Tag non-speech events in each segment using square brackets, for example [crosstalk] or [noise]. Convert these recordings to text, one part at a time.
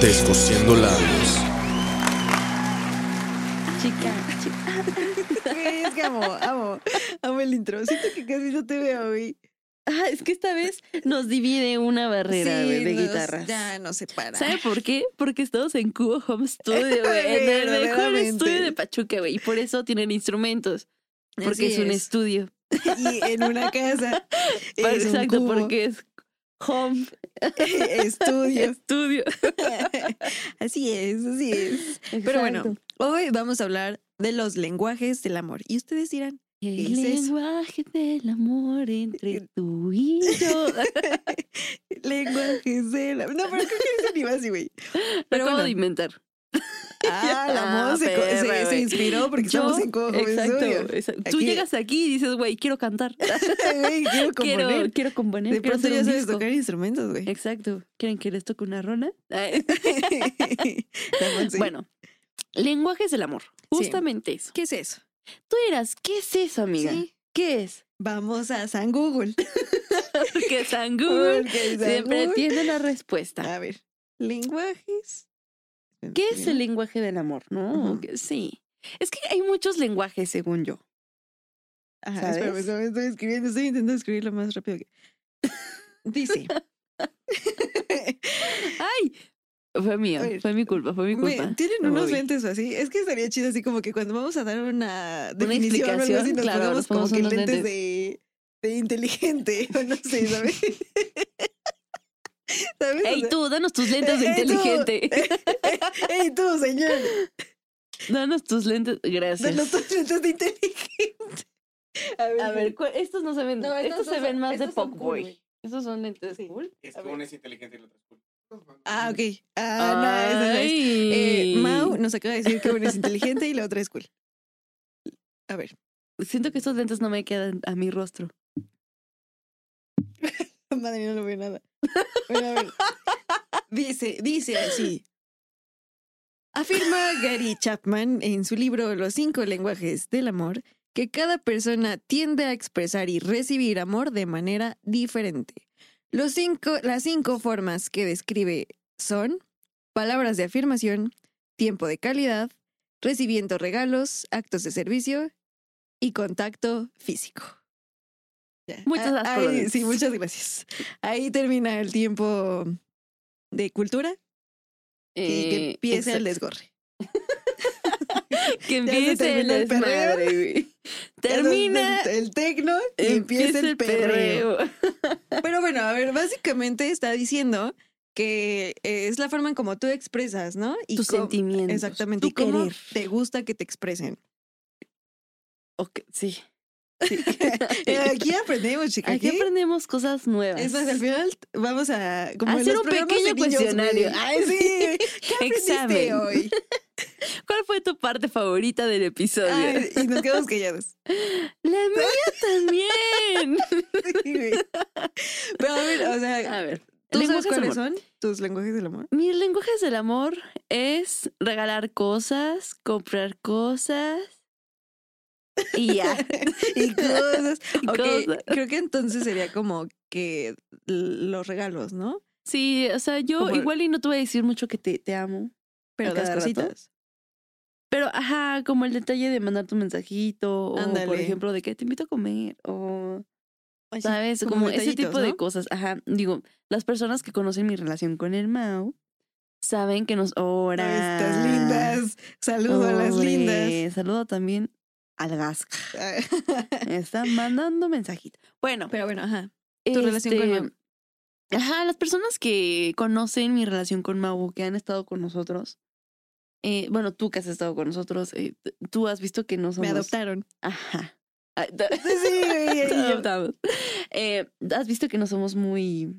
Descosiendo labios. chica, chica. Güey, es que amo, amo, amo el intro. Siento que casi no te veo hoy. [laughs] Ah, es que esta vez nos divide una barrera güey, de nos- guitarras. Ya no se para. ¿Sabe por qué? Porque estamos en Cubo [laughs] Home Studio, güey. En el mejor Verdaderamente. estudio de Pachuca, güey. Y por eso tienen instrumentos. Porque Así es un estudio. Y en una [laughs] casa. es un Exacto, cubo, [laughs] porque es home Estudio. estudio. [laughs] Así es, así es. Pero bueno, hoy vamos a hablar de los lenguajes del amor. Y ustedes dirán, El es eso? lenguaje del amor Eh, entre tú y [laughs] yo. [laughs] lenguajes del amor. No, pero creo que eso ni va así, güey. Pero Pero acabo bueno. de inventar. Ah, la Ah, Mo se, co- se- perra, se güey. inspiró porque Yo- estamos en Cojo Exacto. Estudio. esa- Tú Aquí- llegas aquí y dices, güey, [laughs] quiero cantar. Güey, Quiero Quiero, componer. quiero componer. De quiero pronto hacer ya un sabes disco. tocar instrumentos, güey. Exacto. ¿Quieren que les toque una [laughs] rona? Ay. [laughs] La Mon [laughs] sí. Bueno, lenguajes del amor. Justamente eso. ¿qué es eso? Tú dirás, ¿qué es eso, amiga? Sí. [laughs] ¿Qué es? Vamos a San Google. Porque San [laughs] Google Porque San siempre Google- Ah, tiene la respuesta. A ver, lenguajes. ¿Qué es el lenguaje del amor? No, Ujú. que- sí. Es que hay muchos lenguajes, según yo. Ajá, espérame, sabes? espérame, estoy escribiendo, estoy intentando escribir lo más rápido que. [laughs] Dice. ¡Ay! Fue mío, A ver, fue mi culpa, fue mi Me- culpa. Tienen Me unos moví. lentes o así. Es que estaría chido así como que cuando vamos a dar una definición o algo explicación, así, nos claro, ponemos nos como ponemos que unos lentes lentes. de, de inteligente [laughs] o no sé, ¿sabes? ¿Sabes? O ¡Ey, sea, [laughs] tú, danos tus lentes de ¡Ey, tú! inteligente! [laughs] ¡Ey, tú, [laughs] señor! Danos tus lentes. De Gracias. los tus lentes de inteligente. [laughs] A ver, A [laughs] ver, ¿cuál- estos no se ven. No, estos estos no se son- ven más de estos son Pop cool, Boy. güey. Estos son lentes cool. Es A que ver. una es inteligente y la otra es cool. Ah, ok. Ah, no, esa no es. Eh, Ay. Mau nos acaba de decir que una es inteligente y la otra es cool. A ver. [laughs] Siento que estos lentes no me quedan a mi rostro. Madre mía, no lo veo nada. Bueno, a [laughs] ver. Dice, dice así. Afirma Gary Chapman en su libro Los cinco lenguajes del amor que cada persona tiende a expresar y recibir amor de manera diferente. Los cinco, las cinco formas que describe son palabras de afirmación, tiempo de calidad, recibiendo regalos, actos de servicio y contacto físico. Ya. Muchas Ah, gracias por lo ahí- demás. Sí, muchas gracias. Ahí termina el tiempo de cultura y que Eh, empiece el exacto. desgorre. Ya Que se empiece el termina el perreo. desmadre, [laughs] güey. Termina. Entonces, El tecno y empieza el perreo. [laughs] Pero bueno, a ver, básicamente está diciendo que eh, es la forma en cómo tú expresas, ¿no? Y Tus cómo- sentimientos. Exactamente. Tu y cómo querer. te gusta que te expresen. Ok, sí. [laughs] [laughs] Eh, Aquí aprendemos, chica. Aquí aquí aprendemos cosas nuevas. Es más, al final vamos a como en Hacer los un programas de pequeño niños, cuestionario. güey. Ay, [laughs] sí. ¿Qué aprendiste Examen. hoy? ¿Cuál fue tu parte favorita del episodio? Ay, y nos quedamos callados. [laughs] La mía también. Sí, güey. Pero a ver, o sea, A ver. ¿tú sabes lenguajes del cuáles amor. son tus lenguajes del amor? Mis lenguajes del amor es regalar cosas, comprar cosas [laughs] y ya. y cosas. Ok, Cosas. creo que entonces sería como que l- los regalos, ¿no? Sí, o sea, yo Como- igual y no te voy a decir mucho que te, te amo. Pero ¿A las cada rato? cositas. Pero, ajá, como el detalle de mandar tu mensajito, o por Ándale. ejemplo, de que te invito a comer, o, Ay, sí, ¿sabes? Como, ese detallitos, tipo de ¿no? cosas. Ajá, digo, las personas que conocen mi relación con el Mau saben que nos oran. Ay, Estas lindas. Saludo a las lindas. Saludo también al Gasca. [laughs] Están mandando mensajito. Bueno, este, Pero bueno, ajá. tu relación con Mau. Ajá, las personas que conocen mi relación con Mau, que han estado con nosotros. eh, bueno, tú que has estado con nosotros, eh, t- tú has visto que no somos. Me adoptaron. Ajá. Ah, [laughs] [laughs] ta- Sí, sí, güey, y yo- Adoptamos. Eh, Has visto que no somos muy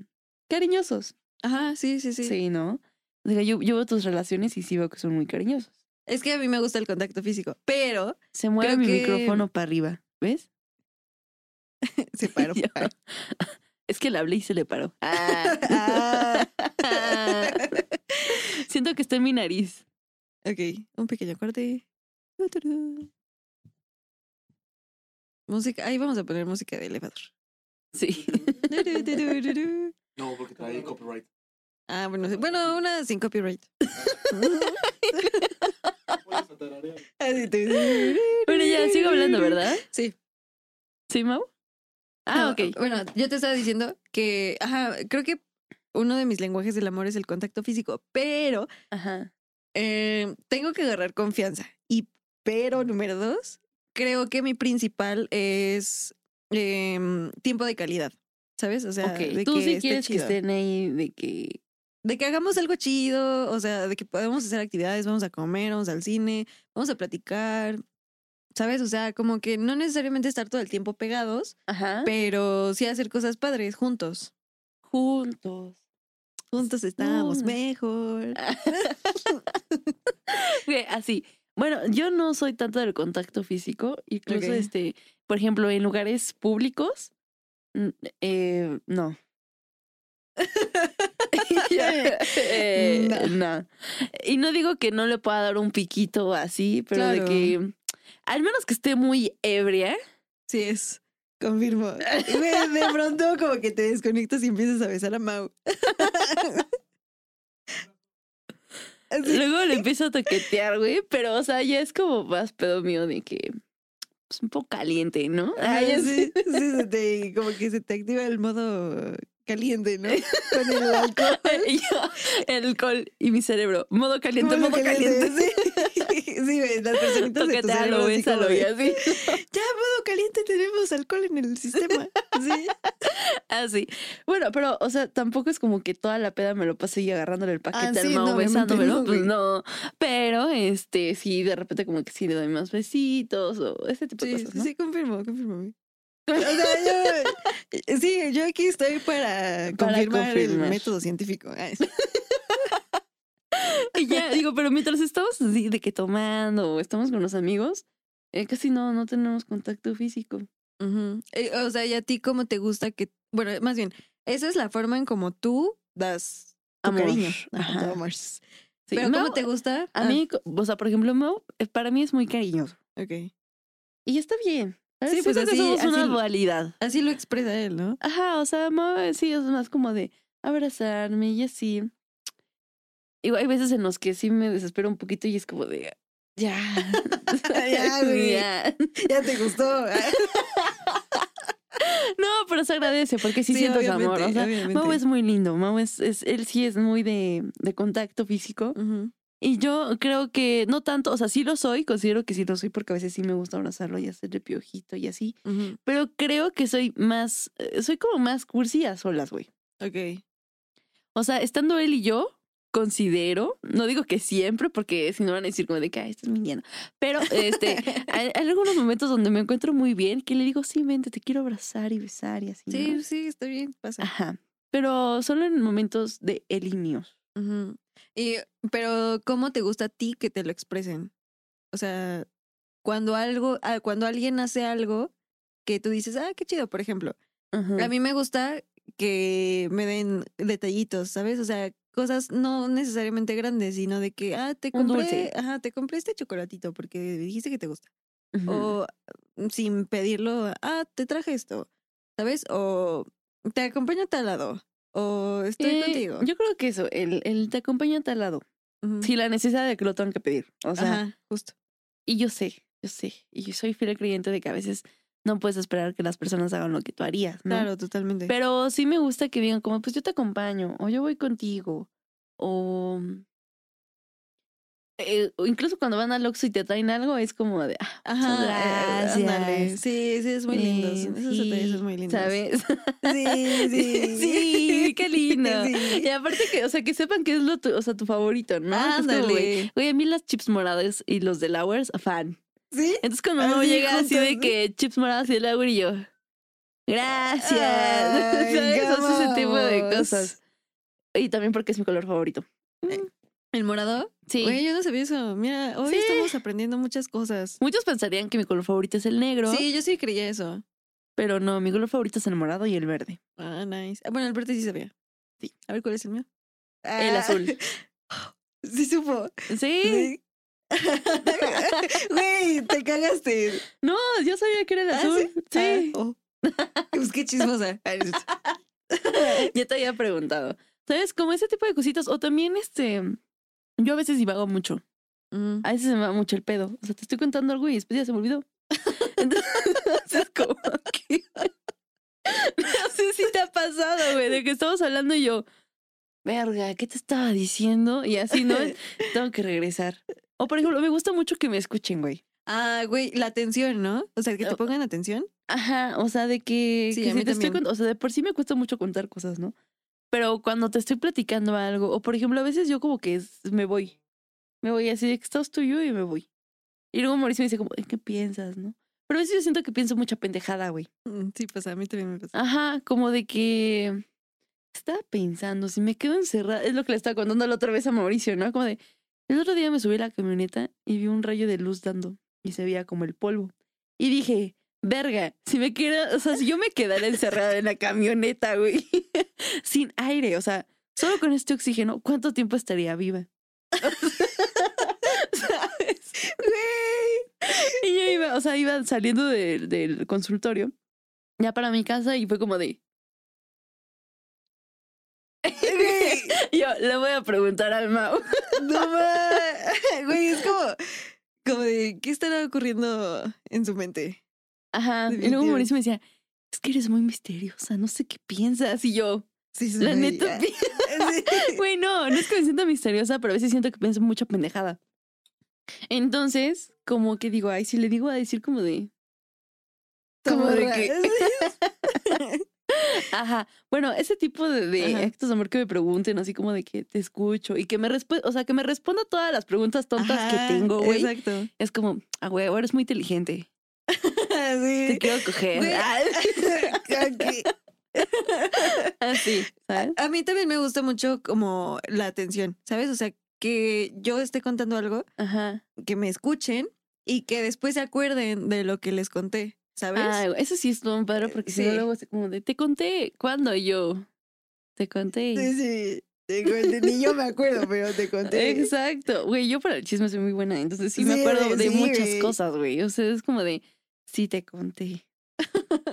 cariñosos. Ajá, sí, sí, sí, Sí, ¿no? O sea, yo, yo veo tus relaciones y sí veo que son muy cariñosos. Es que a mí me gusta el contacto físico, [laughs] pero Se mueve Creo mi que- micrófono para arriba. ¿Ves? [laughs] se paró. Yo- Es que le hablé y se le paró. [laughs] Ah, [laughs] Siento que está en mi nariz. ok, un pequeño corte. Tuturú. Música, ahí vamos a poner música de [laughs] elevador. [laughs] Sí. Tururururú. No, porque trae copyright. Ah, bueno, sí. bueno, una sin copyright. Puedes atararear. Así, turururú. Bueno, ya sigo hablando, ¿verdad? Sí. ¿Sí, Mau? Ah, No, ok. Bueno, yo te estaba diciendo que, ajá, creo que uno de mis lenguajes del amor es el contacto físico, pero Ajá. eh, tengo que agarrar confianza. Y pero número dos, creo que mi principal es em, tiempo de calidad, ¿sabes? O sea, de Ok. Tú que sí esté quieres que chido. estén ahí de que. de que hagamos algo chido, o sea, de que podemos hacer actividades, vamos a comer, vamos al cine, vamos a platicar. ¿Sabes? O sea, como que no necesariamente estar todo el tiempo pegados, Ajá. pero sí hacer cosas padres juntos. Juntos. Juntos estábamos no. mejor. [laughs] Güey, Así. Bueno, yo no soy tanto del contacto físico. Incluso, Ok. este, por ejemplo, en lugares públicos, mm, eh, no. [laughs] [laughs] Ya, eh, No. no. Y no digo que no le pueda dar un piquito así, pero de Claro. que al menos que esté muy ebria. Sí es. Confirmo. Y güey, de pronto como que te desconectas y empiezas a besar a Mau. Así, Luego le empiezo a toquetear, güey. Pero, o sea, ya es como más pedo mío de que es un poco caliente, ¿no? Ay, ajá, así. sí, sí, se te- como que se te activa el modo caliente, ¿no? Con [laughs] el alcohol. [laughs] Y yo, el alcohol y mi cerebro. Modo caliente, Modo modo caliente. [laughs] Sí, sí güey, las personitas de tu Toquetealo, cerebro así como bésalo y de, así. Ya, modo caliente, tenemos alcohol en el sistema. Sí. Así. Bueno, pero, o sea, tampoco es como que toda la peda me lo pase y agarrándole el paquete Ah, sí, al no, no, obviamente besándomelo. no, pues güey. no. Pero, este, sí, de repente como que sí le doy más besitos o ese tipo de Sí, cosas, ¿no? sí, confirmo, confirmo. güey. [laughs] O sea, yo, sí, yo aquí estoy para confirmar, Para el confirmar. método científico. Ay, Y ya, digo, pero mientras estamos así de que tomando o estamos con los amigos, eh, casi no, no tenemos contacto físico. ujú. Eh, O sea, ¿y a ti cómo te gusta que...? Bueno, más bien, esa es la forma en como tú das tu Amor. cariño. Ajá. tu [laughs] amor. Sí, Pero Mau, ¿cómo te Ah. gusta? A mí, co- o sea, por ejemplo, Mau, eh, para mí es muy cariñoso. Ah, ok. Y está bien. Sí, Siento pues que así- somos una así- dualidad. Así lo expresa él, ¿no? Ajá, o sea, Mau, eh, sí, es más como de abrazarme y así. Y hay veces en los que sí me desespero un poquito y es como de [laughs] ya. Ya, güey. Ya. [laughs] Ya te gustó. No, pero se agradece porque sí, sientes amor. O obviamente, sea, obviamente. Mau es muy lindo. Mau es, es- él sí es muy de, de contacto físico. Ujú. Y yo creo que no tanto, o sea, sí lo soy, considero que sí lo soy porque a veces sí me gusta abrazarlo y hacerle piojito y así. Ujú. Pero creo que soy más, eh, soy como más cursi a solas, güey. Ok. O sea, estando él y yo, considero, no digo que siempre, porque si no van a decir como de que, "Ay, esta es mi indiana. Pero [laughs] este, hay, hay algunos momentos donde me encuentro muy bien que le digo, sí, vente, te quiero abrazar y besar y así. ¿no?". Sí, sí, está bien, pasa. Ajá. Pero solo en momentos de él y míos. Ujú. Y, pero, ¿cómo te gusta a ti que te lo expresen? O sea, cuando algo, ah, cuando alguien hace algo que tú dices, ah, qué chido, por ejemplo. Ajá. A mí me gusta que me den detallitos, ¿sabes? O sea, cosas no necesariamente grandes, sino de que, ah, te Un compré, dulce. ajá, te compré este chocolatito porque dijiste que te gusta. Ujú. O mm, sin pedirlo, ah, te traje esto, ¿sabes? O te acompaño a tal lado. O estoy Eh, contigo. Yo creo que eso, el, el te acompaña a tal lado. Ujú. Sí, la necesidad de que lo tengan que pedir. O sea, Ajá, justo. y yo sé, yo sé. Y yo soy fiel creyente de que a veces no puedes esperar que las personas hagan lo que tú harías, ¿no? Claro, totalmente. Pero sí me gusta que digan como, pues yo te acompaño, o yo voy contigo, o... mm, eh, o incluso cuando van al Oxxo y te traen algo, es como de, ah, Ajá, muchas eh, ándale. gracias. Sí, sí, es muy lindo. eh, Esos detalles sí, es muy lindo. ¿Sabes? [laughs] [laughs] Sí, sí. Sí, qué lindo. [laughs] Pues, Sí. Y aparte que, o sea, que sepan que es lo tu, o sea, tu favorito, ¿no? Es como, güey, Ah, Ándale. Güey, a mí las chips moradas y los de Lowers, fan. ¿Sí? Entonces cuando no Así, llega así de juntos. que chips morados y el agua y yo, gracias. [laughs] Ay, ¿Sabes? O sea, ese tipo de vamos. cosas. Y también porque es mi color favorito. ¿El morado? Sí. Güey, yo no sabía eso. Mira, hoy Sí. estamos aprendiendo muchas cosas. Muchos pensarían que mi color favorito es el negro, Sí, yo sí creía eso. pero no, mi color favorito es el morado y el verde. Ah, nice. Ah, bueno, Alberto sí sabía. Sí. A ver, ¿cuál es el mío? El Ah, azul. [laughs] Sí supo. Sí. [laughs] Güey, te cagaste. No, yo sabía que era el ¿Ah, azul. Sí. Sí. Oh. [laughs] Pues qué chismosa. Ah, no es cierto. Ah. Ya te había preguntado. ¿Sabes? Como ese tipo de cositas. O también este. Yo a veces divago mucho. Mm. A veces se me va mucho el pedo. O sea, te estoy contando algo y después ya se me olvidó. [laughs] Entonces, [laughs] como que. [laughs] No sé si te ha pasado, güey, de que estamos hablando y yo. Verga, ¿qué te estaba diciendo? Y así no, tengo que regresar. O por ejemplo, me gusta mucho que me escuchen, güey. Ah, güey, la atención, ¿no? O sea, que te Oh. pongan atención. Ajá, o sea, de que, Sí, que a mí te estoy también. cont- o sea, de por sí me cuesta mucho contar cosas, ¿no? Pero cuando te estoy platicando algo, o por ejemplo, a veces yo como que es- me voy. Me voy así de que estás tú y yo y me voy. Y luego Mauricio me dice como, "¿En ¿qué piensas, no? Pero a veces yo siento que pienso mucha pendejada, güey. Mm, Sí, pues, pasa, a mí también me pasa. Ajá, como de que estaba pensando, si me quedo encerrada, es lo que le estaba contando la otra vez a Mauricio, ¿no? Como de, el otro día me subí a la camioneta y vi un rayo de luz dando y se veía como el polvo. Y dije, verga, si me quedo, o sea, si yo me quedara encerrada en la camioneta, güey, [laughs] sin aire, o sea, solo con este oxígeno, ¿cuánto tiempo estaría viva? [laughs] ¿Sabes? Y yo iba, o sea, iba saliendo de- del consultorio ya para mi casa y fue como de. [laughs] Yo le voy a preguntar al Mau. No ma- [laughs] Güey, es como, como de, ¿qué estará ocurriendo en su mente? Ajá. Y luego Definitivo. Mauricio me decía, es que eres muy misteriosa, no sé qué piensas. Y yo, Sí, sí, la güey, neta, [laughs] ah, pi- sí. güey, no, no es que me sienta misteriosa, pero a veces siento que pienso mucha pendejada. Entonces, como que digo, ay, si le digo a decir como de. Como de Morra, que- Ajá. Bueno, ese tipo de, de Ajá. actos de amor que me pregunten, así como de que te escucho y que me responda, o sea, que me responda todas las preguntas [laughs] tontas Ajá, que tengo, güey. [laughs] Exacto. [laughs] Es como, ah, güey, eres muy inteligente. Te Sí. quiero coger. [laughs] Güey, [laughs] Ah, ok. Así, Ah, ¿sabes? A mí también me gusta mucho como la atención, ¿sabes? O sea, que yo esté contando algo, Ajá. que me escuchen y que después se acuerden de lo que les conté, ¿sabes? Eh, Ah, güey, eso sí es todo un padre porque si no Sí. luego es como de, te conté cuándo yo. Te conté. Sí, sí. Te conté, Ni yo [laughs] me acuerdo, pero te conté. Exacto. Güey, yo para el chisme soy muy buena, entonces sí, me Sí, acuerdo güey, de sí, muchas güey. cosas, güey. O sea, es como de, sí te conté. [laughs]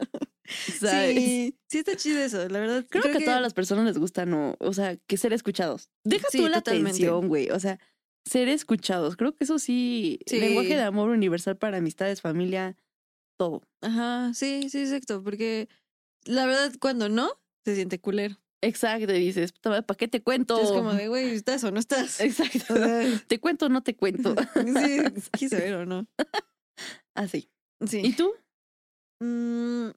¿Sabes? Sí, sí está chido eso, la verdad. Creo, que, a todas las personas les gusta, no, o sea, que ser escuchados. Deja Sí, tú la totalmente. atención, güey. O sea, ser escuchados. Creo que eso sí, Sí. lenguaje de amor universal para amistades, familia, todo. Ajá, sí, sí, exacto, porque la verdad cuando no, se siente culero. Exacto, y dices, ¿para qué te cuento? Es como de, güey, ¿estás o no estás? [laughs] Exacto. [laughs] O sea, ¿Te cuento o no te cuento? sí, quise saber o no. [laughs] Así. ¿Y Sí. tú? Mm,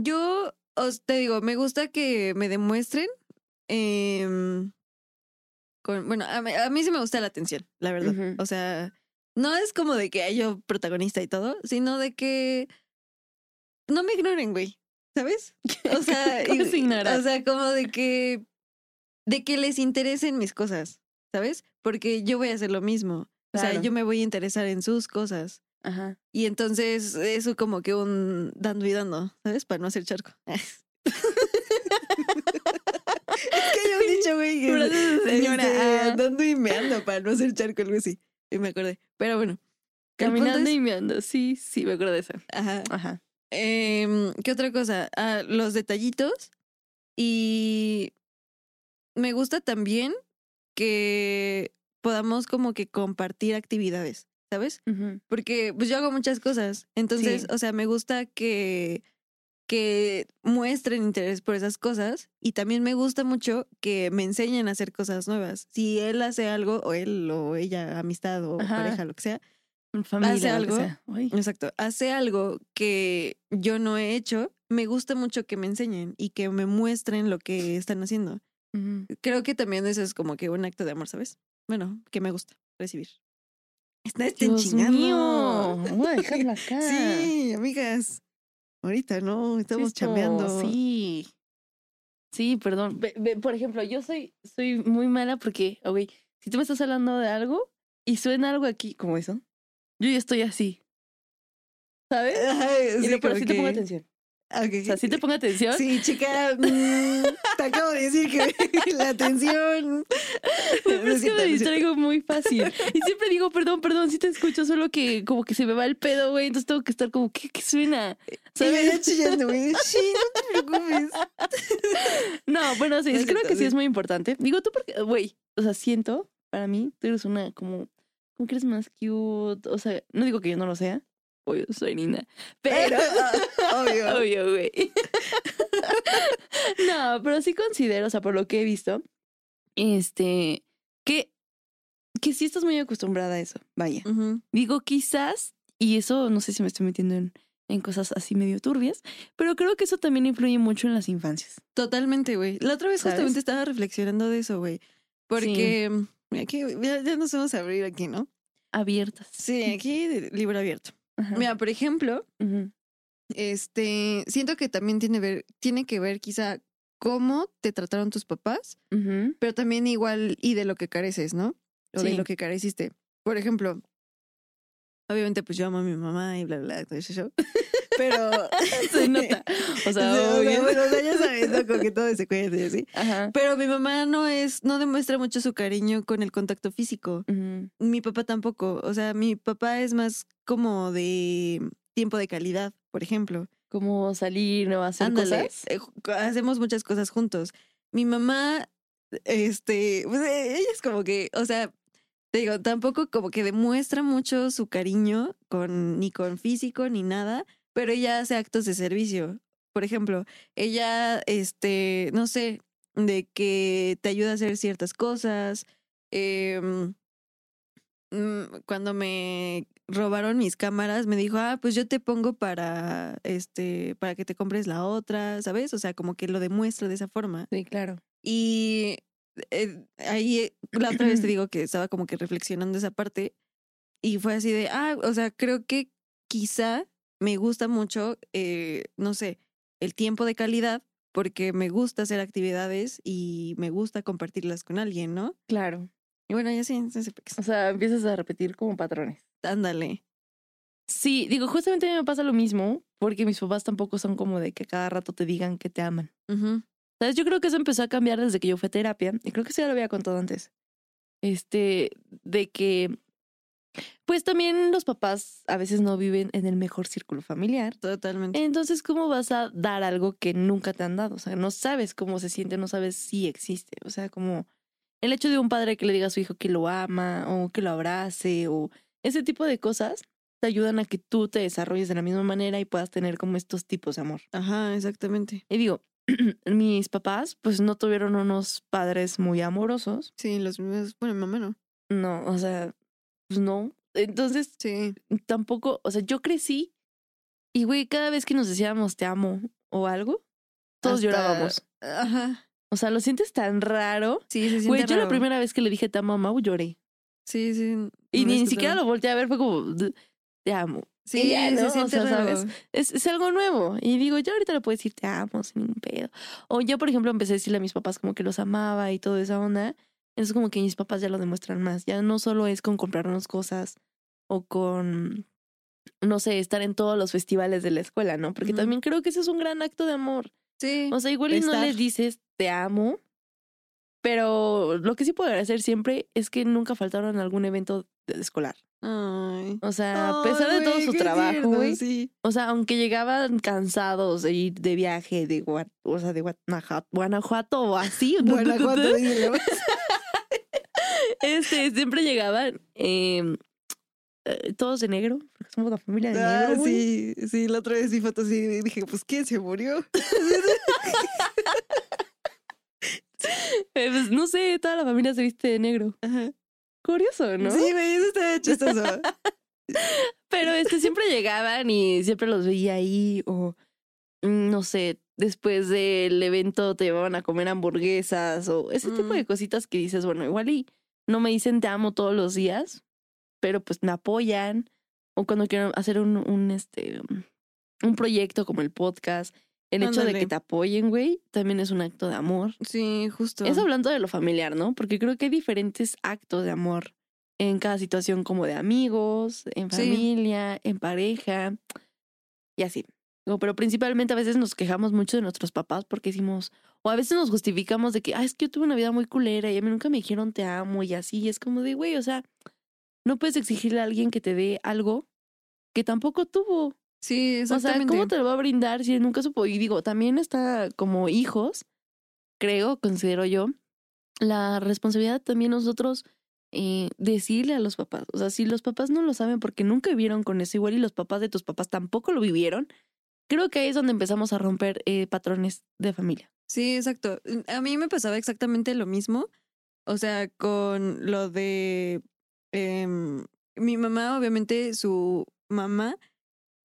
yo os te digo, me gusta que me demuestren. em, con, bueno, a mí, a mí sí me gusta la atención, la verdad. Ujú. O sea, no es como de que ay, yo protagonista y todo, sino de que no me ignoren, güey. ¿Sabes? [laughs] O sea, ¿Cómo es ignorar? o sea, como [laughs] de que de que les interesen mis cosas, ¿sabes? Porque yo voy a hacer lo mismo. O sea, Claro. yo me voy a interesar en sus cosas. Ajá. Y entonces eso como que un dando y dando, ¿sabes? Para no hacer charco. [laughs] es que yo he dicho, güey, que Frases de señora. este, Ah. dando y meando para no hacer charco, algo así. Y me acordé. Pero bueno. el punto Caminando es- Ah. y meando. Sí, sí, me acuerdo de eso. Ajá. Ajá. Em, ¿Qué otra cosa? Ah, los detallitos. Y me gusta también que podamos como que compartir actividades, ¿sabes? Ujú. porque pues yo hago muchas cosas. Entonces, Sí. o sea, me gusta que, que muestren interés por esas cosas y también me gusta mucho que me enseñen a hacer cosas nuevas. Si él hace algo, o él o ella, amistad o Ajá. pareja, lo que sea, Familia. lo que algo? sea. Uy. exacto, hace algo que yo no he hecho, me gusta mucho que me enseñen y que me muestren lo que están haciendo. Ujú. Creo que también eso es como que un acto de amor, ¿sabes? Bueno, que me gusta recibir. Está estén chingando. [laughs] Voy a dejarla Ah. acá. Sí, amigas. Ahorita no, estamos Esto, chambeando. Sí. Sí, perdón. Ve- ve, por ejemplo, yo soy, soy muy mala porque, ah, güey, si tú me estás hablando de algo y suena algo aquí como eso, yo ya estoy así. ¿Sabes? [laughs] Ay, Y Eh, sí, no, pero como sí te pongo que- atención. ok. O sea, sí te pongo atención. Sí, chica, mm, te acabo de decir que [laughs] la [laughs] atención. Güey, pero Lo es siento, lo que me siento. distraigo muy fácil. [laughs] Y siempre digo, perdón, perdón, sí te escucho, solo que como que se me va el pedo, güey. Entonces tengo que estar como, ¿qué, qué suena? Y me ¿Sabes? veía chillando, güey. Sí, no te preocupes. [laughs] No, bueno, sí, No es sí, creo cierto, que sí sí. es muy importante. Digo tú porque, güey, o sea, siento, para mí, tú eres una como, como que eres más cute. O sea, no digo que yo no lo sea, obvio, soy linda, pero, [laughs] [laughs] Obvio. obvio, güey. [laughs] no, pero sí considero, o sea, por lo que he visto, este, que, que sí estás muy acostumbrada a eso, vaya. Ujú. Digo, quizás, y eso no sé si me estoy metiendo en, en cosas así medio turbias, pero creo que eso también influye mucho en las infancias. Totalmente, güey. La otra vez ¿Sabes? justamente estaba reflexionando de eso, güey. Porque mira, aquí, ya, ya nos vamos a abrir aquí, ¿no? Abiertas. Sí, aquí de- libro abierto. Ajá. Mira, por ejemplo, Ujú. este, siento que también tiene, ver, tiene que ver quizá cómo te trataron tus papás [laughs] Ujú. pero también igual y de lo que careces, ¿no? O de Sí. lo que careciste. Por ejemplo, obviamente pues yo amo a mi mamá y bla, bla, bla, todo ese show. [laughs] [laughs] Pero... Se nota. [laughs] O O sea, sea, o obvio. sea, bueno, o sea, ya sabes, ¿no? Como que todo se cuenta y así. Ajá. Pero mi mamá no es, no demuestra mucho su cariño con el contacto físico. Ujú. Mi papá tampoco. O sea, mi papá es más como de tiempo de calidad, por ejemplo. Como salir, no hacer Ándale, cosas. eh, ju- hacemos muchas cosas juntos. Mi mamá, este, pues, eh, ella es como que, o sea, te digo, tampoco como que demuestra mucho su cariño con, ni con físico ni nada, pero ella hace actos de servicio. Por ejemplo, ella, este, no sé, de que te ayuda a hacer ciertas cosas. em, mm, cuando me robaron mis cámaras, me dijo, ah, pues yo te pongo para, este, para que te compres la otra, ¿sabes? O sea, como que lo demuestra de esa forma. Sí, claro. Y eh, ahí eh, la otra vez te digo que estaba como que reflexionando esa parte y fue así de, ah, o sea, creo que quizá me gusta mucho, eh, no sé, el tiempo de calidad porque me gusta hacer actividades y me gusta compartirlas con alguien, ¿no? Claro. Y bueno, ya sí, sí, sí, pues, O sea, empiezas a repetir como patrones. ándale. Sí, digo, justamente a mí me pasa lo mismo, porque mis papás tampoco son como de que cada rato te digan que te aman. Ujú. ¿Sabes? Yo creo que eso empezó a cambiar desde que yo fui a terapia, y creo que eso ya lo había contado antes. Este, de que, pues también los papás a veces no viven en el mejor círculo familiar. Totalmente. Entonces, ¿cómo vas a dar algo que nunca te han dado? O sea, no sabes cómo se siente, no sabes si existe. O sea, como el hecho de un padre que le diga a su hijo que lo ama o que lo abrace o ese tipo de cosas te ayudan a que tú te desarrolles de la misma manera y puedas tener como estos tipos de amor. Ajá, exactamente. Y digo, [clears throat] mis papás pues no tuvieron unos padres muy amorosos. Sí, los mismos. Bueno, mi mamá no. No, o sea, pues no. Entonces, Sí. tampoco, o sea, yo crecí y, güey, cada vez que nos decíamos te amo o algo, todos Hasta- llorábamos. Ajá. O sea, lo sientes tan raro. Sí, se siente Güey, yo la raro. primera vez que le dije te amo a Mau lloré. Sí, sí. Y no, ni, es que siquiera también- lo volteé a ver, fue como, "D- te amo. Sí, ya, ¿no? se O siente sea, raro. ¿sabes? Es, es algo nuevo. Y digo, yo ahorita le puedo decir te amo sin ningún pedo. O yo, por ejemplo, empecé a decirle a mis papás como que los amaba y toda esa onda. Entonces como que mis papás ya lo demuestran más. Ya no solo es con comprarnos cosas o con, no sé, estar en todos los festivales de la escuela, ¿no? Porque Ujú. también creo que ese es un gran acto de amor. Sí. O sea, igual y no Estar. les dices te amo, pero lo que sí puedo agradecer siempre es que nunca faltaron a algún evento de- escolar. Ay. O sea, a Ay, pesar de todo güey, su qué trabajo, tierno, güey, [laughs] Sí. o sea, aunque llegaban cansados de ir de viaje de, Gua- o sea, de Guanaja- Guanajuato o así, [laughs] Guanajuato, díselo. este, siempre llegaban eh, eh, todos de negro, porque somos una familia de Ah, negro. güey. sí, sí, la otra vez vi fotos y dije, pues, ¿quién se murió? Eh, pues, no sé, toda la familia se viste de negro. Ajá. Curioso, ¿no? Sí, güey, eso está chistoso. [laughs] Pero este, siempre llegaban y siempre los veía ahí o mm, no sé, después del evento te llevaban a comer hamburguesas o ese tipo Mm. de cositas que dices, bueno, igual y no me dicen te amo todos los días, pero pues me apoyan. O cuando quiero hacer un, un, este, um, un proyecto como el podcast, el hecho de Ándale. que te apoyen, güey, también es un acto de amor. Sí, justo. Eso hablando de lo familiar, ¿no? Porque creo que hay diferentes actos de amor en cada situación, como de amigos, en Sí. familia, en pareja y así. No, Pero principalmente a veces nos quejamos mucho de nuestros papás porque decimos, o a veces nos justificamos de que, ah, es que yo tuve una vida muy culera y a mí nunca me dijeron te amo y así. Y es como de, güey, o sea, no puedes exigirle a alguien que te dé algo que tampoco tuvo. sí, O sea, exactamente. ¿cómo te lo va a brindar si él nunca supo? Y digo, también está como hijos, creo, considero yo, la responsabilidad también nosotros eh, decirle a los papás. O sea, si los papás no lo saben porque nunca vivieron con eso igual y los papás de tus papás tampoco lo vivieron, creo que ahí es donde empezamos a romper eh, patrones de familia. Sí, exacto. Mm, A mí me pasaba exactamente lo mismo. O sea, con lo de em, mi mamá, obviamente su mamá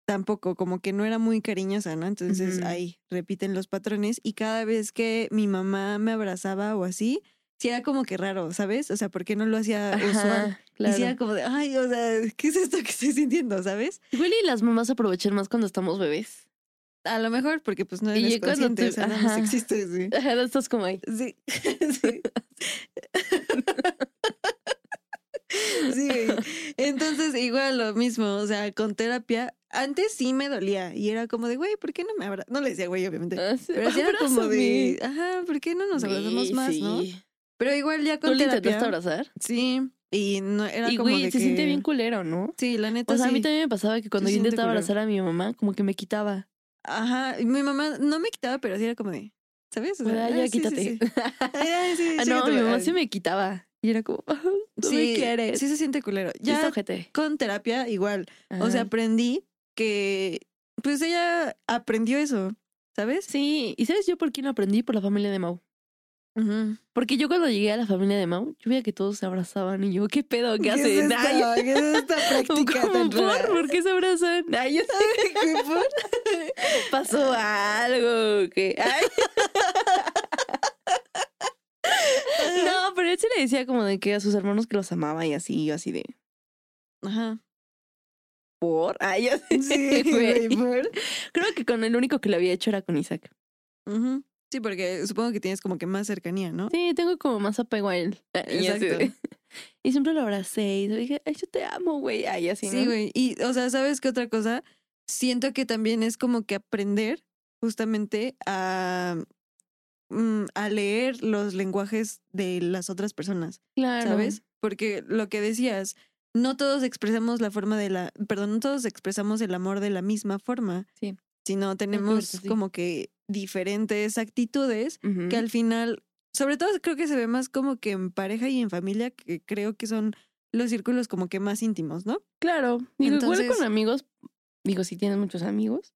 tampoco, como que no era muy cariñosa, ¿no? Entonces Ujú. ahí repiten los patrones y cada vez que mi mamá me abrazaba o así, sí era como que raro, ¿sabes? O sea, ¿por qué no lo hacía usual? Y sí era como de, ay, o sea, ¿qué es esto que estoy sintiendo, sabes? Igual y las mamás aprovechan más cuando estamos bebés. A lo mejor porque pues no Y eres ya cuando consciente, tú- o sea, nada más [laughs] ajá. existe, sí. Estás como ahí. [laughs] Sí. sí. Sí, güey. Entonces, igual lo mismo, o sea, con terapia, antes sí me dolía y era como de, güey, ¿por qué no me abrazas? No le decía, güey, Eh, obviamente. ah, Pero sí era como de, ajá, ¿por qué no nos abrazamos más, no? Pero igual ya ¿Tú con le intentaste terapia. abrazar? Sí, y no era y como güey, de se que- siente bien culero, ¿no? Sí, la neta O sea, a mí sí. también me pasaba que cuando Se yo siente intentaba culero. abrazar a mi mamá, como que me quitaba. Ajá, y mi mamá no me quitaba, pero sí era como de, ¿sabes? O [laughs] sea, Ah, ya ay, sí, sí, quítate. sí. [laughs] Ay, ay, sí, Ah, no, chécate, mi mamá ay. sí me quitaba. Y era como, "Ah, tú me Sí, quieres. Sí se siente culero. ya. Ya con terapia igual. O sea, aprendí que pues ella aprendió eso, ¿sabes? sí. ¿Y sabes yo por quién lo aprendí? Por la familia de Mau. [laughs] Ujú. Porque yo cuando llegué a la familia de Mau, yo veía que todos se abrazaban y yo, ¿qué pedo? ¿Qué, es hacen? esta- [laughs] Ay, ¿Qué es [laughs] esta práctica como, tan [laughs] ¿por? rara? ¿Por qué se abrazan? Ay, yo sé, ¿Qué por? pasó algo. que [laughs] Ay. No, pero él sí le decía como de que a sus hermanos que los amaba y así, y yo así de, Ajá. por. Ay, yo así [laughs] Sí, de, [laughs] güey, güey. por. Creo que con el único que lo había hecho era con Isaac. Ujú. Sí, porque supongo que tienes como que más cercanía, ¿no? Sí, tengo como más apego a él. Ah, Y, así de- [laughs] Exacto. y siempre lo abracé y le dije, ay, yo te amo, güey. Ay, así, Sí, ¿no? güey. Y, o sea, ¿sabes qué otra cosa? Siento que también es como que aprender justamente a, mm, a leer los lenguajes de las otras personas. Claro. ¿sabes? Porque lo que decías, no todos expresamos la forma de la, perdón, no todos expresamos el amor de la misma forma, Sí. sino tenemos cierto, sí. como que diferentes actitudes Ujú. que al final, sobre todo creo que se ve más como que en pareja y en familia, que creo que son los círculos como que más íntimos, ¿no? Claro. Digo, igual Entonces- con amigos, digo, si tienes muchos amigos,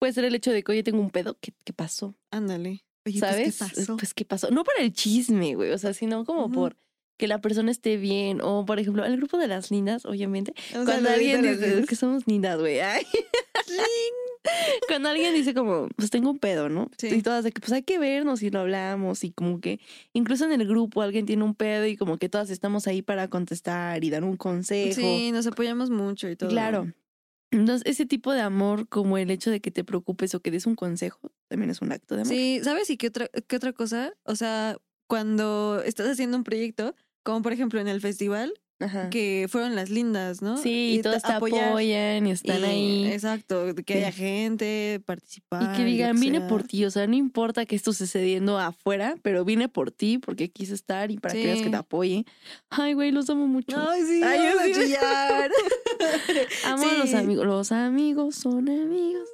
puede ser el hecho de que, oye, tengo un pedo, ¿qué, qué pasó? Ándale. Oye, pues, ¿Sabes? ¿qué pasó? Pues, ¿qué pasó? No para el chisme, güey, o sea, sino como Ujú. por que la persona esté bien. O, por ejemplo, el grupo de las lindas, obviamente. Un [laughs] cuando saludito alguien a las dice dos. que somos lindas, güey. Ay. [laughs] cuando alguien dice como, pues tengo un pedo, ¿no? Sí. Y todas de que, pues hay que vernos y lo hablamos y como que incluso en el grupo alguien tiene un pedo y como que todas estamos ahí para contestar y dar un consejo. [laughs] Sí, nos apoyamos mucho y todo. claro. Entonces, ese tipo de amor, como el hecho de que te preocupes o que des un consejo, también es un acto de amor. Sí, ¿sabes? ¿Y qué otra, qué otra cosa? O sea, cuando estás haciendo un proyecto, como por ejemplo en el festival, Ajá. que fueron las lindas, ¿no? Ah. sí, ta- y todos te apoyar. apoyan y están Y- ahí. Exacto, que Sí. haya gente, participar. Y que lo digan, vine sea". por ti, o sea, no importa que esto esté sucediendo afuera, pero vine por ti porque quise estar y para que veas que Sí. te apoye. Ay, güey, los amo mucho. Ay, sí, Ay, [laughs] vamos yo a sí. chillar. [laughs] amo a los sí. amigos. Los amigos son amigos.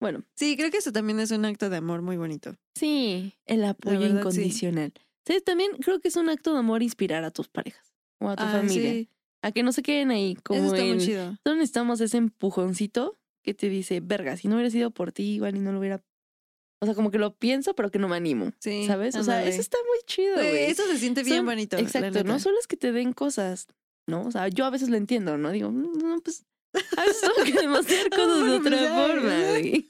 Bueno, sí, creo que eso también es un acto de amor muy bonito. sí, el apoyo verdad, sí. incondicional. ¿Sabes? También creo que es un acto de amor inspirar a tus parejas o a tu Ah, familia. sí, A que no se queden ahí como Eso está en- muy chido. Solo necesitamos ese empujoncito que te dice, verga, si no hubiera sido por ti, igual y no lo hubiera... O sea, como que lo pienso, pero que no me animo. Sí, ¿Sabes? O sea, ándale. eso está muy chido. Güey, güey. Eso se siente bien Son- bonito. la Exacto, neta. no solo es que te den cosas, ¿no? O sea, yo a veces lo entiendo, ¿no? Digo, "Mm, no, pues a veces tengo que [laughs] demostrar cosas de Bueno, pues, otra ya, [laughs] forma, ¿verdad? güey.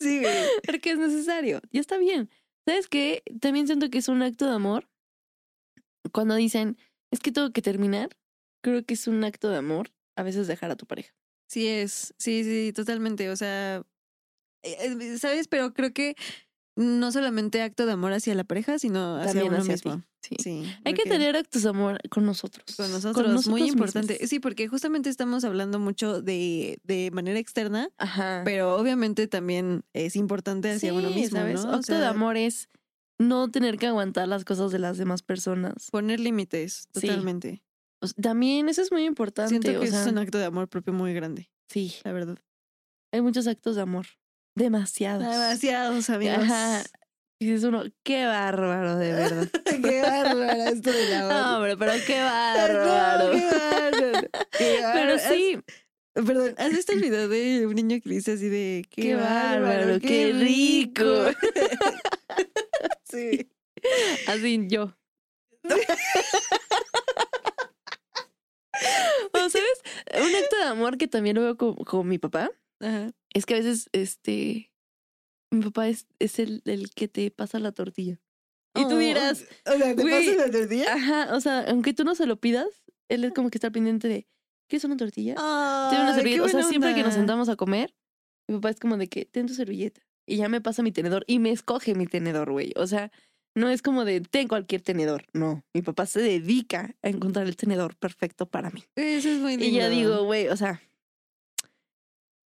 Sí, güey. Porque es necesario. Ya está bien. ¿Sabes qué? También siento que es un acto de amor cuando dicen, es que tengo que terminar creo que es un acto de amor a veces dejar a tu pareja. Sí es, sí, sí, totalmente. O sea, eh, eh, ¿sabes? Pero creo que no solamente acto de amor hacia la pareja, sino hacia También uno hacia ti. mismo. Sí. Sí, Hay que porque- tener actos de amor con nosotros. con nosotros, muy nosotros importante. mismos. Sí, porque justamente estamos hablando mucho de, de manera externa, Ajá. pero obviamente también es importante hacia Ah. Sí, uno mismo, ¿sabes? ¿no? O Acto de sea, amor es no tener que aguantar las cosas de las demás personas. Poner límites, Sí, totalmente. O sea, también eso es muy importante. Siento que o eso sea, es un acto de amor propio muy grande, Sí, la verdad. hay muchos actos de amor. Demasiados. Demasiados, Eh, amigos. Ajá. Y dices uno, qué bárbaro, de verdad. [laughs] qué bárbaro esto del No, amor. hombre, pero [laughs] qué No, qué bárbaro. bárbaro. [laughs] Qué Pero bárbaro. sí, Has- Perdón, ¿has visto el video de un niño que dice así de qué, Qué bárbaro, qué rico"? [laughs] sí. así [laughs] yo. o sabes, un acto de amor que también lo veo con, con mi papá Ajá. es que a veces, este, mi papá es, es el, el que te pasa la tortilla. Y tú Oh, dirás, O sea, ¿te Güey. pasas la tortilla? ajá, o sea, aunque tú no se lo pidas, él es como que está pendiente de, ¿quieres una tortilla? Tiene una Ah, Ay, qué servilleta. O sea, buena siempre que nos onda. sentamos a comer, mi papá es como de que ten tu servilleta. Y ya me pasa mi tenedor y me escoge mi tenedor, güey. O sea, no es como de ten cualquier tenedor. No. Mi papá se dedica a encontrar el tenedor perfecto para mí. Eso es muy lindo. Y yo digo, güey, o sea,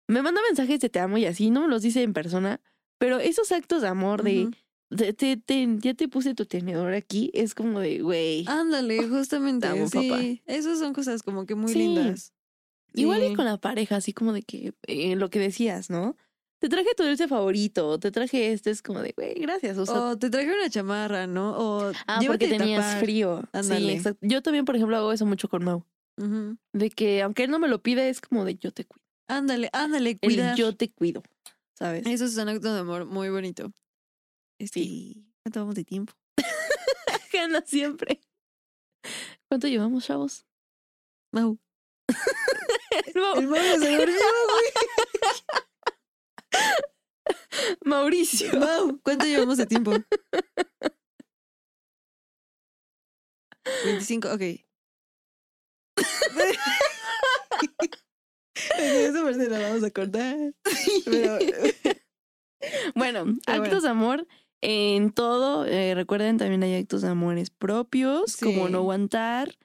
me manda mensajes de te amo y así, no me los dice en persona, pero esos actos de amor de, Ujú. de- te- te- ya te puse tu tenedor aquí, es como de, güey. Ándale, justamente. amo, sí. papá. Esas son cosas como que muy Sí. lindas. Igual Sí. y con la pareja, así como de que eh, lo que decías, ¿no? Te traje tu dulce favorito, o te traje este, es como de, güey, gracias. O sea, O te traje una chamarra, ¿no? O Oh, ah, llévate porque tenías tapar. frío. Sí, Ándale. exacto. Yo también, por ejemplo, hago eso mucho con Mau. Ujú. De que aunque él no me lo pide, es como de yo te cuido. Ándale, ándale, El cuidar. yo te cuido, ¿sabes? Eso es un acto de amor muy bonito. Este, ¿Cuánto vamos de tiempo? [laughs] Gana siempre. ¿Cuánto llevamos, chavos? [laughs] Mau. Mau- El Mau se [laughs] durmió, [laughs] Mauricio. güey. Mau, ¿cuánto llevamos de tiempo? 25, ok. [laughs] Ok, Esa parte la vamos a cortar. [laughs] Pero, eh, Bueno, [laughs] Pero actos de amor en todo. eh, recuerden, también hay actos de amores propios, como Sí. [laughs] no aguantar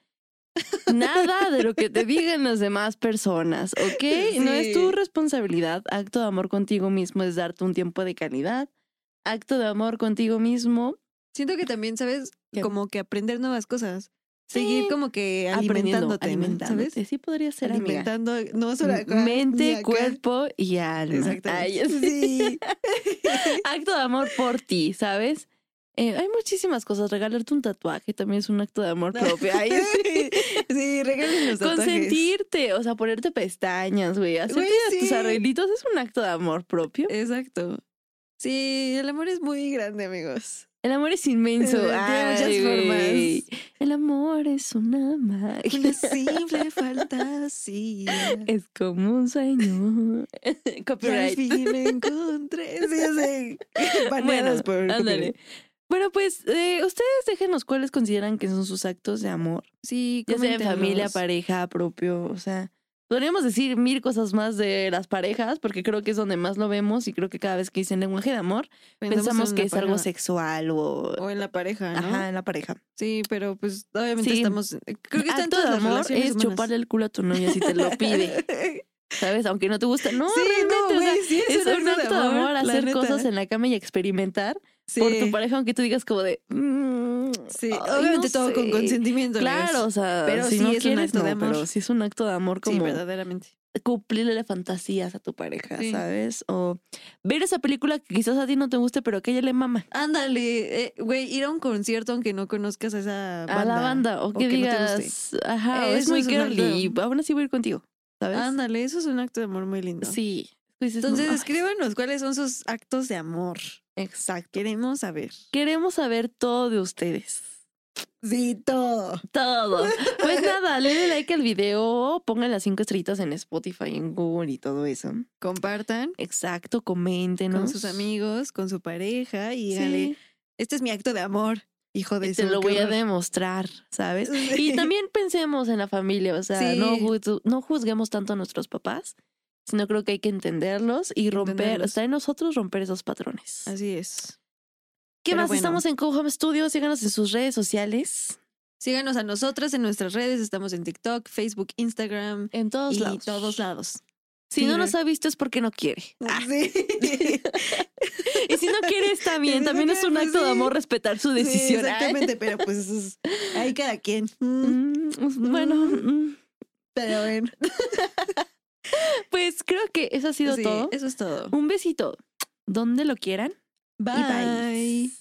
nada de lo que te digan las demás personas, ¿ok? No es tu Sí. responsabilidad. Acto de amor contigo mismo es darte un tiempo de calidad. Acto de amor contigo mismo. [laughs] siento que también, ¿sabes? ¿Qué? Como que aprender nuevas cosas. Sí. Seguir como que aprendiendo, alimentándote, ¿no? alimentándote. ¿sabes? Sí podría ser, amiga. Alimentando, no solo acá, ni Mente, acá. cuerpo y alma. Ay, Exactamente. es- [laughs] sí. acto de amor por ti, ¿sabes? Eh, hay muchísimas cosas. Regalarte un tatuaje también es un acto de amor propio. [laughs] Ay, [laughs] sí. sí, regalen los tatuajes. Consentirte, o sea, ponerte pestañas, güey. Hacerte Güey, sí. tus arreglitos es un acto de amor propio. Exacto. Sí, el amor es muy grande, [laughs] amigos. El amor es inmenso. Eh, Tiene muchas Ay, formas. güey. El amor es una magia. Una simple [laughs] fantasía. Es como un sueño. [laughs] Y al Copyright. fin [laughs] me encontré. Sí, ya sé. Baneadas por Bueno, ándale. copyright. Bueno, pues eh, ustedes déjenos cuáles consideran que son sus actos de amor. Sí, Ya sea en familia, coméntenos. pareja, propio, o sea, podríamos decir mil cosas más de las parejas, porque creo que es donde más lo vemos y creo que cada vez que dicen lenguaje de amor, pensamos en que la es algo pareja. sexual o... O en la pareja, ¿no? Ajá, en la pareja. Sí, pero pues obviamente Sí. estamos. Creo que está en Acto todas de las amor relaciones es humanas. chuparle el culo a tu novia si te lo [laughs] pide, ¿sabes? Aunque no te gusta. No, sí, realmente, no, o sea, güey, sí, es un acto de amor, la hacer neta. cosas en la cama y experimentar sí. por tu pareja, aunque tú digas como de... mm, Sí, ay, obviamente no todo sé. con consentimiento. amigos. Claro, o sea, Pero si sí no es un quieres, acto no, de amor. pero sí es un acto de amor Sí, como verdaderamente. cumplirle fantasías a tu pareja, Sí. ¿sabes? O ver esa película que quizás a ti no te guste, pero que a ella le mama. Ándale, eh, güey, ir a un concierto aunque no conozcas a esa banda. A la banda, o que que no te digas, ajá, o es Eso muy es un acto de girly, y aún así voy a ir contigo, ¿sabes? Ándale, eso es un acto de amor muy lindo. Sí. Pues dices, Entonces, no, ay, escríbanos cuáles son sus actos de amor. Exacto. Queremos saber. Queremos saber todo de ustedes. Sí, todo. Todo. [laughs] Pues nada, le den like al video, pongan las cinco estrellitas en Spotify, en Google y todo eso. Compartan Exacto, coméntenos. con sus amigos, con su pareja y díganle, Sí. este es mi acto de amor. Hijo de Te su, lo qué voy a horror. demostrar, ¿sabes? [laughs] Sí. Y también pensemos en la familia, o sea, Sí. no, ju- no juzguemos tanto a nuestros papás, sino creo que hay que entenderlos y romper, Entenderlos. está en nosotros romper esos patrones. Así es. ¿Qué pero más? bueno. Estamos en Co-Home Studio, síganos en sus redes sociales, Síganos a nosotras en nuestras redes. Estamos en TikTok, Facebook, Instagram en todos y lados. todos lados. Si no Twitter. nos ha visto es porque no quiere. Ah. [laughs] Sí. Y si no [laughs] quiere está bien, no también es un quiere, pues acto de sí. amor respetar su Sí, decisión. exactamente, pero pues es- ahí cada quien. Mm, [laughs] Mm, Bueno, mm, Pero bueno, pues creo que eso ha sido sí, todo. eso es todo. Un besito, donde lo quieran. y bye. bye.